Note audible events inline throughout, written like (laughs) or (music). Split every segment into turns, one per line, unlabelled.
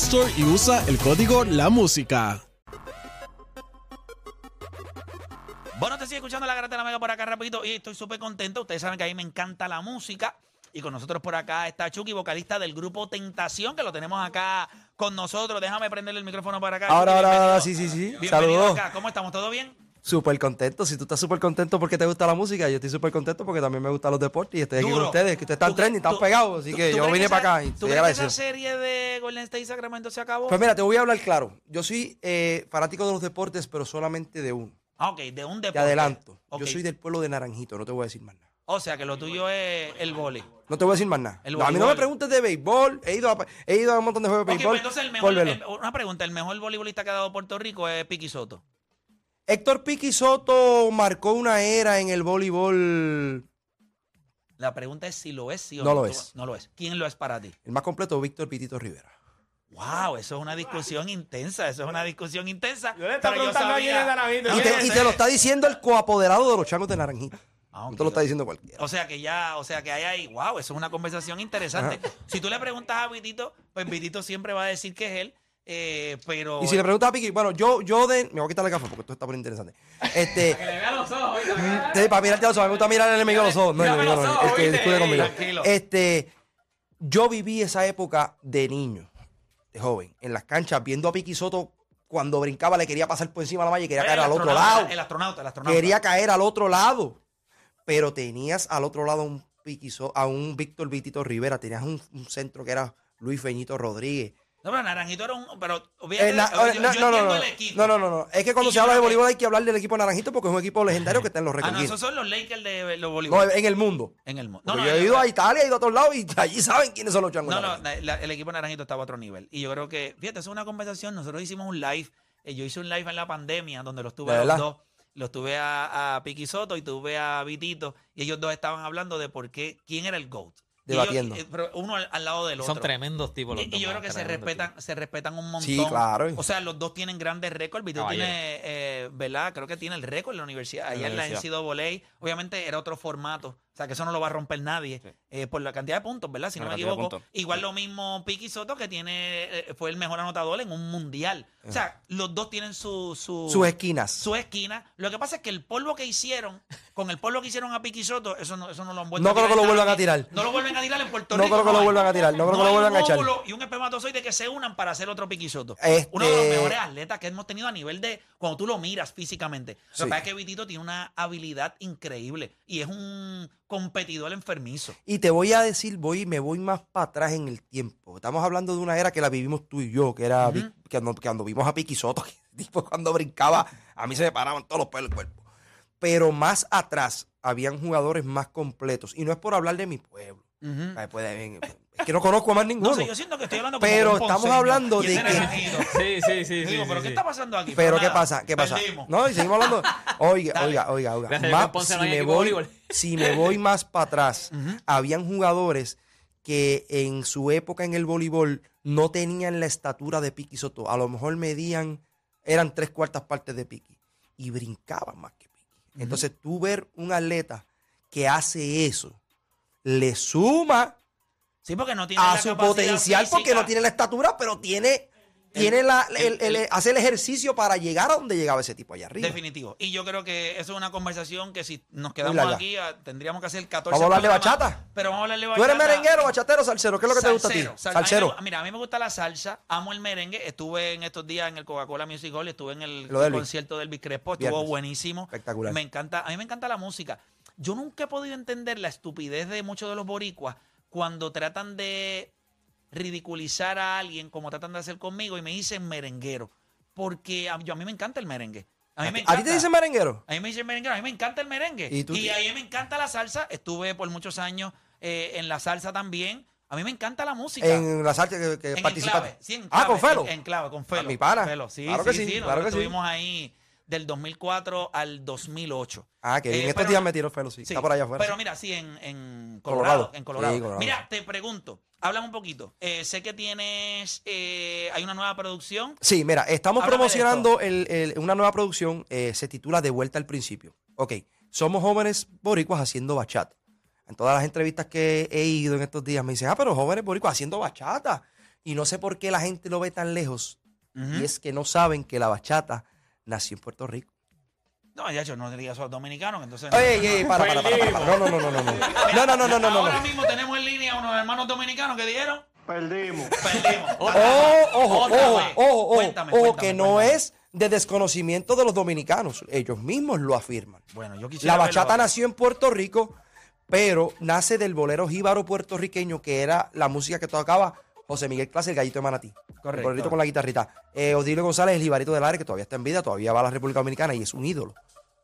Store y usa el código La Música.
Bueno, te sigue escuchando la garata de la mega por acá rapidito y estoy súper contento. Ustedes saben que a mí me encanta la música. Y con nosotros por acá está Chucky, vocalista del grupo Tentación, que lo tenemos acá con nosotros. Déjame prenderle el micrófono para acá.
Ahora,
Chucky,
ahora, ahora,
bienvenido.
sí, sí, sí.
Bienvenido
Saludos.
acá. ¿Cómo estamos? ¿Todo bien?
Súper contento. Si tú estás súper contento porque te gusta la música, yo estoy súper contento porque también me gustan los deportes y estoy aquí con
Duro.
ustedes, que ustedes están
¿Tú
trending,
cre-
están
tú-
pegados. Así
tú-
que
tú
yo
crees
vine
esa-
para acá y
¿Tú
estoy
crees que esa
agradecido.
serie de Golden State y Sacramento se acabó?
Pues mira, te voy a hablar claro. Yo soy eh, fanático de los deportes, pero solamente de uno.
Ah, ok, de un
Te
deporte.
adelanto.
Ok,
Yo soy del pueblo de Naranjito, no te voy a decir más nada.
O sea, que lo tuyo es el vóley.
No te voy a decir más nada.
El
No, a mí no
voleibol.
me preguntes de béisbol. He ido a, he ido a un montón de juegos de
Ok,
béisbol.
pues entonces el mejor,
Volvelo.
el- una pregunta, el mejor voleibolista que ha dado Puerto Rico es Piqui Soto.
Héctor Piqui Soto marcó una era en el voleibol.
La pregunta es si lo es, sí o
No
no.
lo
Tú-
es.
No lo es. ¿Quién lo es para ti?
El más completo, Víctor Pitito Rivera.
Wow, eso es una discusión intensa, eso es una discusión intensa.
Yo le estaba
pero yo
preguntando
sabía-
ayer a Naranjito,
No,
Y
yo
te, y
sé.
te lo está diciendo el coapoderado de los changos de Naranjito.
Ah, ok.
No te lo está diciendo cualquiera.
O sea que ya, o sea que hay ahí, wow, eso es una conversación interesante. Si tú le preguntas a Vitito, pues Vitito siempre va a decir que es él, eh, pero...
Y si le preguntas a Piqui, bueno, yo, yo de. Me voy a quitar la gafa porque esto está muy interesante. Este. Sí, para mirarte a los ojos. Me gusta mirar al enemigo a los ojos. No, no,
Mírame
no,
los
no,
ojos,
el que
¿viste?
discute conmigo.
Tranquilo.
Este. Yo viví esa época de niño, de joven, en las canchas, viendo a Piqui Soto cuando brincaba, le quería pasar por encima de la malla y quería
Oye,
caer
el
al otro
astronauta,
lado.
El astronauta, el astronauta.
Quería caer al otro lado. Pero tenías al otro lado a un, Piqui So- a un Víctor Vitito Rivera, tenías un, un centro que era Luis Feñito Rodríguez.
No, pero Naranjito era un... Pero,
Eh,
obviamente,
na-
yo, yo
no, no,
entiendo
no,
el
no.
equipo. Ah,
no, no, no, no. Es que cuando
Y
se
yo
habla de
creo que-
voleibol hay que hablar del equipo naranjito porque es un equipo legendario que está en los
Ah, no, esos
recordings.
son los Lakers de los
no,
voleibolistas
en el mundo.
en el mundo.
Porque yo he ido a Italia, he ido a todos lados y allí saben quiénes son los changos.
No, no,
naranjitos.
la- la- el equipo naranjito estaba a otro nivel. Y yo creo que, fíjate, eso es una conversación. Nosotros hicimos un live. eh, yo hice un live en la pandemia donde los tuve a
¿De
los
verdad?
dos. Los tuve a, a Piqui Soto y tuve a Vitito. Y ellos dos estaban hablando de por qué, quién era el GOAT. Y ellos-
Debatiendo.
eh, pero uno al, al lado del otro.
Son tremendos tipos los
Y, y
dos,
yo creo
mano,
que se
tremendos
respetan,
tipos.
se respetan un montón.
Sí, claro.
O sea, los dos tienen grandes récords. Vito
Caballero.
tiene, eh, ¿verdad? Creo que tiene el récord en la universidad. Allá en la
universidad.
NCAA, obviamente era otro formato. O sea, que eso no lo va a romper nadie eh, por la cantidad de puntos, ¿verdad? Si no me equivoco. Igual lo mismo Piqui Soto, que tiene eh, fue el mejor anotador en un mundial. O sea, los dos tienen su, su,
Sus esquinas.
su esquina. Lo que pasa es que el polvo que hicieron, con el polvo que hicieron a Piqui Soto, eso no, eso no lo han vuelto
No
a
creo
tirar
que lo vuelvan a
nadie.
tirar.
No lo vuelven a tirar en Puerto
No
Rico.
creo que lo
hay.
vuelvan a tirar, no creo que lo
hay
vuelvan a
un
echar.
óvulo y un espermatozoide que se unan para hacer otro piquisoto.
Este-
Uno de los mejores atletas que hemos tenido a nivel de cuando tú lo miras físicamente. Lo
Sí.
que pasa es que Vitito tiene una habilidad increíble y es un competidor enfermizo.
Y te voy a decir, voy, me voy más para atrás en el tiempo. Estamos hablando de una era que la vivimos tú y yo, que era
Ujú.
Vic- que cuando, que cuando vimos a Piqui Soto, (laughs) que el tipo cuando brincaba, a mí se me paraban todos los pelos del cuerpo. Pero más atrás habían jugadores más completos. Y no es por hablar de mi pueblo.
Ujú.
Ay, pues, eh, Es que no conozco a más ninguno.
Mm. No sé, yo siento que estoy hablando como
Pero
con un
estamos
ponceño.
hablando
Y
de
ese
que- (laughs)
naranjito.
Sí, sí, sí.
Yo
sí,
digo,
sí,
pero
sí.
¿qué está pasando aquí?
Pero ¿qué
nada,
pasa? ¿Qué pasa?
perdimos.
No, y seguimos hablando. Oiga,
Dale.
oiga, oiga, oiga.
Gracias,
Ma-
en Ponce
si,
no hay
me
equipo de
voy,
voleibol.
si me voy más para atrás,
Ujú.
habían jugadores que en su época en el voleibol no tenían la estatura de Piqui Soto. A lo mejor medían, eran tres cuartas partes de Piqui. Y brincaban más que Piqui. Entonces tú ver un atleta que hace eso, le suma
Sí, porque no tiene
a
la
su
capacidad
potencial porque
física.
no tiene la estatura, pero tiene tiene la, el, el- hace el ejercicio para llegar a donde llegaba ese tipo allá arriba.
Definitivo. Y yo creo que eso es una conversación que si nos quedamos
larga.
aquí ah, tendríamos que hacer 14
Vamos a hablar de
programas.
bachata.
Pero vamos a hablar de
¿Tú
bachata.
eres merenguero, bachatero, salsero? ¿Qué es lo que te gusta a ti?
Salsero.
Salsero.
A mí me gu- mira, a mí me gusta la salsa, amo el merengue. Estuve en estos días en el Coca-Cola Music Hall, estuve en el
Lo de Elvis.
concierto del Elvis Crespo, estuvo
Viernes.
buenísimo.
Espectacular.
Me encanta, a mí me encanta la música. Yo nunca he podido entender la estupidez de muchos de los boricuas cuando tratan de ridiculizar a alguien como tratan de hacer conmigo y me dicen merenguero, porque a, yo, a mí me encanta el merengue. A mí me
¿A
encanta.
ti te dicen merenguero?
A mí me dicen merenguero, a mí me encanta el merengue.
Y tú
Y,
te-
a mí me encanta la salsa. Estuve por muchos años eh, en la salsa también. A mí me encanta la música.
En las artes que, que
En
participaste.
Enclave, sí, en
ah,
Enclave,
con Felo. Ah,
En, en Enclave, con Felo.
mi pana.
Felo, sí,
Claro
sí,
que sí,
sí,
claro
nosotros
que sí.
estuvimos ahí del 2004 al 2008.
Ah, que
Eh,
bien. Estos
pero-
días me tiró Felo, sí.
Sí,
Está por allá afuera.
Pero
sí.
mira, sí, en, en Colorado,
Colorado.
En Colorado.
Sí, Colorado.
Mira, te pregunto, háblame un poquito. Eh, sé que tienes, eh, hay una nueva producción.
Sí, mira, estamos
Háblame de
promocionando el- el- una nueva producción, eh, se titula De vuelta al principio. Ok, somos jóvenes boricuas haciendo bachata. En todas las entrevistas que he ido en estos días me dicen, ah, pero jóvenes boricuas haciendo bachata. Y no sé por qué la gente lo ve tan lejos.
Ujú.
Y es que no saben que la bachata nació en Puerto Rico.
No, ya yo no le digas eso a los dominicanos, que entonces...
Ey, ey, para, para, para, para, para. No, no, no, no, no. No, no, no, no, no, no.
Ahora
no.
mismo tenemos en línea a unos hermanos dominicanos que dijeron,
Perdimos.
perdimos.
(laughs) Oh, ojo,
Otra
ojo,
vez.
ojo, ojo,
Cuéntame,
ojo,
cuéntame,
que no
cuéntame.
es de desconocimiento de los dominicanos. Ellos mismos lo afirman.
Bueno, yo quisiera
La
verlo
bachata
ahora.
nació en Puerto Rico, pero nace del bolero jíbaro puertorriqueño, que era la música que tocaba José Miguel Clase, el gallito de Manatí.
Correcto.
El bolerito con la guitarrita. Eh, Odilio González, el jibarito del área, que todavía está en vida, todavía va a la República Dominicana y es un ídolo.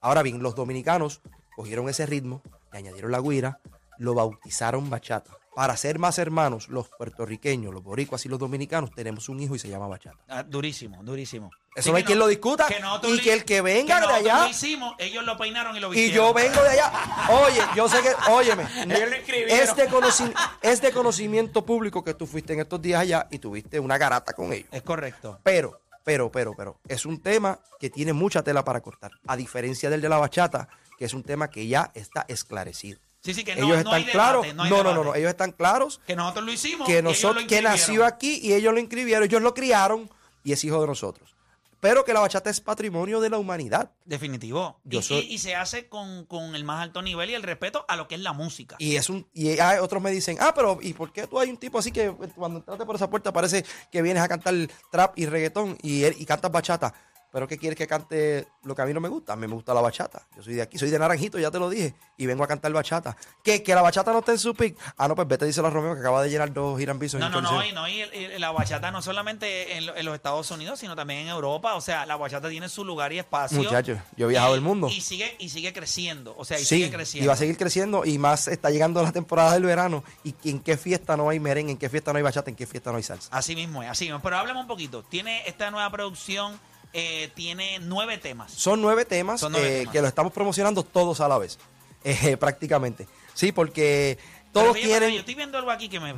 Ahora bien, los dominicanos cogieron ese ritmo, le añadieron la guira, lo bautizaron bachata. Para ser más hermanos, los puertorriqueños, los boricuas y los dominicanos, tenemos un hijo y se llama bachata.
Ah, durísimo, durísimo.
Eso no hay quien lo discuta.
nosotros
Y
le-
que el que venga de
nosotros
allá-
lo hicimos, ellos lo peinaron y lo
Y
vistieron.
yo vengo de allá. Oye, yo sé que,
(laughs)
óyeme,
Ellos lo escribieron.
es de, conoci- es de conocimiento público que tú fuiste en estos días allá y tuviste una garata con ellos.
Es correcto.
Pero, pero, pero, pero, es un tema que tiene mucha tela para cortar, a diferencia del de la bachata, que es un tema que ya está esclarecido.
Sí, sí, que no,
Ellos
no
están
hay debate,
claros.
no hay
no, no,
debate.
no, ellos están claros
Que nosotros lo hicimos. y
que,
ellos
nosotros,
lo
que nació
inscribieron.
aquí y ellos lo inscribieron, ellos lo criaron y es hijo de nosotros. Pero que la bachata es patrimonio de la humanidad.
Definitivo.
Yo
y,
soy-
y- y se hace con, con el más alto nivel y el respeto a lo que es la música.
Y es un y hay otros me dicen, "Ah, pero ¿y por qué tú hay un tipo así que eh, cuando entraste por esa puerta parece que vienes a cantar trap y reggaetón y él- y cantas bachata?" Pero ¿qué quieres que cante lo que a mí no me gusta? A mí me gusta la bachata. Yo soy de aquí, soy de Naranjito, ya te lo dije, y vengo a cantar bachata. ¿Qué? ¿Que la bachata no está en su pick? Ah, no, pues vete, dice la Romeo, que acaba de llenar dos girambisos.
no,
en
no, no,
concierto.
y, no, y el- el- la bachata no solamente en, lo- en los Estados Unidos, sino también en Europa. O sea, la bachata tiene su lugar y espacio.
Muchacho, yo he viajado
Y-
el mundo.
Y sigue, y sigue creciendo. O sea, y
Sí,
sigue
y
creciendo.
va a seguir creciendo y más está llegando la temporada del verano y que- en qué fiesta no hay merengue, en qué fiesta no hay bachata, en qué fiesta no hay salsa.
Así mismo es, así mismo. Pero háblame un poquito. Tiene esta nueva producción, eh, tiene nueve temas.
Son nueve temas,
Son nueve
eh,
temas.
que los estamos promocionando todos a la vez, (laughs) eh, prácticamente. Sí, porque
Pero
todos
fíjate, Yo
tienen...
estoy viendo algo aquí que me.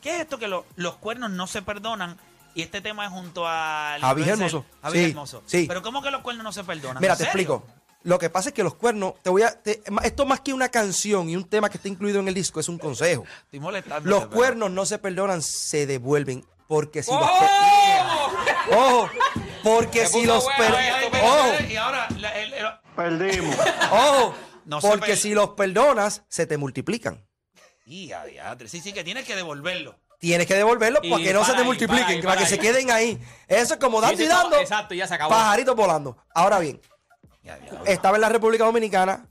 ¿Qué es esto que lo- los cuernos no se perdonan? Y este tema es junto a.
Javi Hermoso.
Javi
Sí,
Hermoso.
sí.
Pero ¿cómo que los cuernos no se perdonan?
Mira,
¿En
te
serio?
explico. Lo que pasa es que los cuernos, te voy a, te- ma- esto más que una canción y un tema que está incluido en el disco, es un consejo.
Estoy molestando.
Los cuernos no se perdonan, se devuelven. Porque si los
¡Oh!
per-
(laughs)
Ojo, porque
Se
si
puso
los
bueno
per-
esto,
ojo,
Y ahora. la- el- el-
Perdimos.
ojo,
No se
porque
per-
si los perdonas, se te multiplican.
Y a diadre. Sí, sí, que tienes que devolverlo.
Tienes que devolverlo
Y
para que no
para
se te
ahí,
multipliquen,
para
para,
ahí, para
que
ahí.
se queden ahí. Eso es como dando
Ese
y
estaba-
dando.
Exacto, ya se acabó.
Pajaritos volando. Ahora bien,
Y a diablo.
estaba en la República Dominicana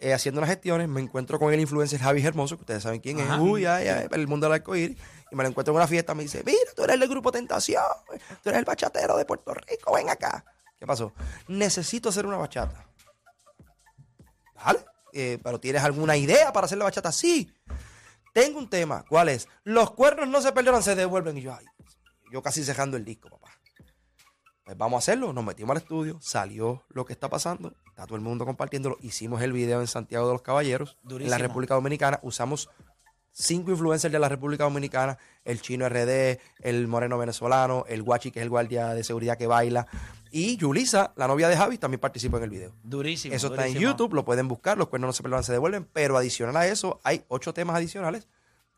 eh, haciendo unas gestiones. Me encuentro con el influencer Javi Hermoso, que ustedes saben quién es. Uy, ay, ay, el mundo del arcoíris. Y me lo encuentro en una fiesta. Me dice: Mira, tú eres el del grupo Tentación. Tú eres el bachatero de Puerto Rico. Ven acá. ¿Qué pasó? Necesito hacer una bachata. Dale. Eh, pero ¿tienes alguna idea para hacer la bachata? Sí. Tengo un tema. ¿Cuál es? Los cuernos no se perdonan, se devuelven. Y yo, ay, yo casi cerrando el disco, papá. Pues vamos a hacerlo. Nos metimos al estudio, salió lo que está pasando, está todo el mundo compartiéndolo. Hicimos el video en Santiago de los Caballeros,
Durísimo.
en la República Dominicana. Usamos cinco influencers de la República Dominicana: el chino RD, el moreno venezolano, el guachi, que es el guardia de seguridad que baila, y Yulisa, la novia de Javi, también participó en el video.
Durísimo.
Eso está en
durísimo.
YouTube, lo pueden buscar, los cuernos no se perdonan, se devuelven, pero adicional a eso hay ocho temas adicionales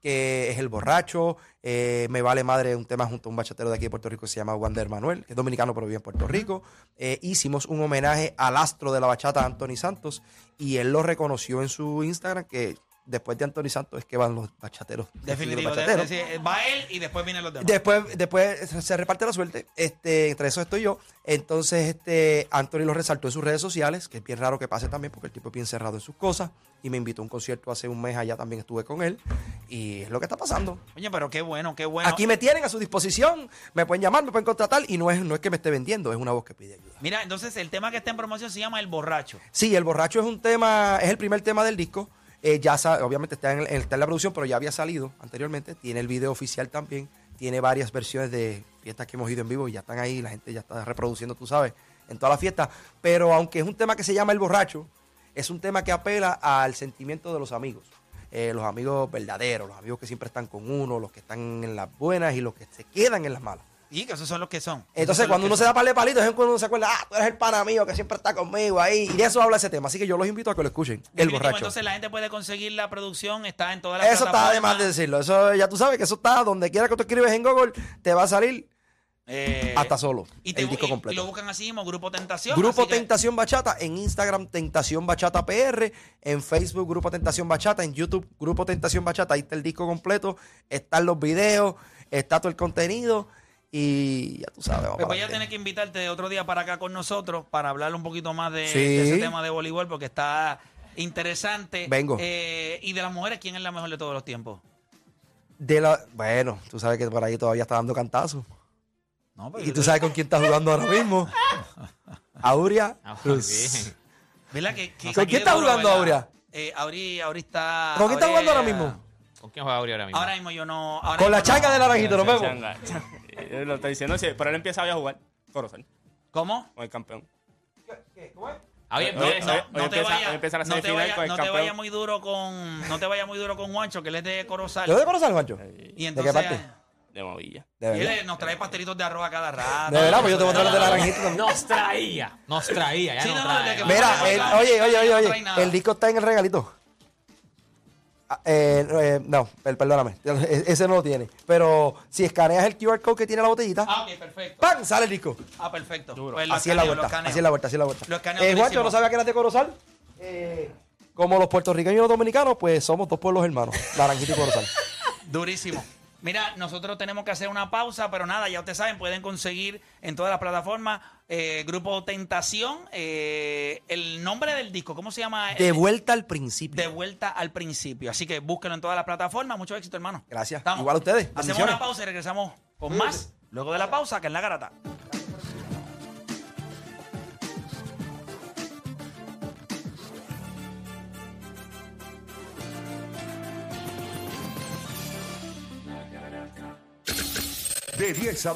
que es el borracho. eh, me vale madre un tema junto a un bachatero de aquí de Puerto Rico que se llama Wander Manuel, que es dominicano pero vive en Puerto Rico. Eh, hicimos un homenaje al astro de la bachata, Anthony Santos, y él lo reconoció en su Instagram que después de Anthony Santos es que van los bachateros.
Definitivo.
los
de-
bachateros.
de- va él y después vienen los demás.
Después, después se reparte la suerte. Este, entre eso estoy yo. Entonces, este, Anthony lo resaltó en sus redes sociales, que es bien raro que pase también, porque el tipo es bien cerrado en sus cosas. Y me invitó a un concierto hace un mes allá, también estuve con él. Y es lo que está pasando.
Oye, pero qué bueno, qué bueno.
Aquí me tienen a su disposición. Me pueden llamar, me pueden contratar. Y no es, no es que me esté vendiendo, es una voz que pide ayuda.
Mira, entonces el tema que está en promoción se llama El Borracho.
Sí, El Borracho es un tema, es el primer tema del disco. Eh, ya sa- obviamente está en, el- está en la producción, pero ya había salido anteriormente. Tiene el video oficial también. Tiene varias versiones de fiestas que hemos ido en vivo y ya están ahí. La gente ya está reproduciendo, tú sabes, en todas las fiestas. Pero aunque es un tema que se llama El Borracho, es un tema que apela al sentimiento de los amigos. Eh, los amigos verdaderos, los amigos que siempre están con uno, los que están en las buenas y los que se quedan en las malas.
Y que esos son los que son.
Entonces, cuando uno se da par de palitos, es cuando uno se acuerda, ah, tú eres el pana mío que siempre está conmigo ahí. Y de eso habla ese tema. Así que yo los invito a que lo escuchen. El
Definitivo,
borracho.
Entonces la gente puede conseguir la producción, está en todas las
Eso está de
plataformas.
más de decirlo. Eso ya tú sabes que eso está donde quiera que tú escribes en Google, te va a salir
Eh,
hasta solo.
y te-
el disco
y- Y lo
completo.
buscan así mismo, Grupo Tentación.
Grupo
así que-
Tentación Bachata en Instagram, Tentación Bachata PR, en Facebook, Grupo Tentación Bachata, en YouTube, Grupo Tentación Bachata. Ahí está el disco completo, están los videos, está todo el contenido y ya tú sabes. vamos
Pues
para
voy a
adelante.
tener que invitarte otro día para acá con nosotros para hablar un poquito más de,
Sí.
de ese tema de voleibol porque está interesante.
Vengo.
Eh, y de las mujeres, ¿quién es la mejor de todos los tiempos?
De la, bueno, tú sabes que por ahí todavía está dando cantazos.
No, pero
Y
yo
tú
te-
sabes con quién está jugando ahora
(laughs)
mismo. Aurea
Ah,
Cruz.
bien.
¿Verdad que- que-
¿Con quién
que
está
duro,
jugando
verdad?
Aurea?
Eh, Auri, Auri está.
¿Con quién está
Aurea-
jugando ahora mismo?
¿Con quién juega Auri ahora mismo?
Ahora mismo yo no. ahora
Con la
mismo no.
chaca de naranjito, nos vemos.
Changa. Eh, Lo está diciendo, sí, pero él empieza hoy a jugar. Corozal,
¿Cómo?
con el campeón.
Ah, bien,
No,
bien, bien.
no, Hoy
No te
empieza-
vayas
hoy empieza la
no te
semifinal
vaya-
con el
no te
campeón.
vaya muy duro con no te vaya muy duro con Juancho que él es de Corozal.
¿Yo de conocer Juancho?
Y
¿De qué
entonces eh,
parte?
De movilla.
De
él
verdad.
eh, nos trae pastelitos de arroz a cada rato.
De verdad, pues yo te voy a traer los de naranjito también.
Nos traía. Nos traía, ya
Sí,
nos
no, no,
trae.
de que-
Mira, el- oye, oye, oye,
No trae
oye.
nada.
El disco está en el regalito. Ah, eh, eh, no, per- perdóname. E- Ese no lo tiene. Pero si escaneas el QR code que tiene la botellita,
Ah, ok, perfecto.
¡pam! Sale el disco.
Ah, perfecto.
Duro.
Pues lo
Así es la
escaneo, lo
vuelta.
escaneo.
Así es la vuelta, así es la vuelta.
Lo escaneo
Eh, Juancho,
durísimo.
¿no sabía que eras de Corozal? Eh, como los puertorriqueños y los dominicanos, pues somos dos pueblos hermanos. Naranjito
(laughs)
y Corozal.
Durísimo. Mira, nosotros tenemos que hacer una pausa, pero nada, ya ustedes saben, pueden conseguir en todas las plataformas eh, Grupo Tentación. eh, el nombre del disco, ¿cómo se llama?
De
Eh,
vuelta al principio.
De vuelta al principio. Así que búsquenlo en todas las plataformas. Mucho éxito, hermano.
Gracias. Igual a ustedes.
Hacemos
Bendiciones.
una pausa y regresamos con más. Luego de la pausa, que es la garata.
De 10 a 12.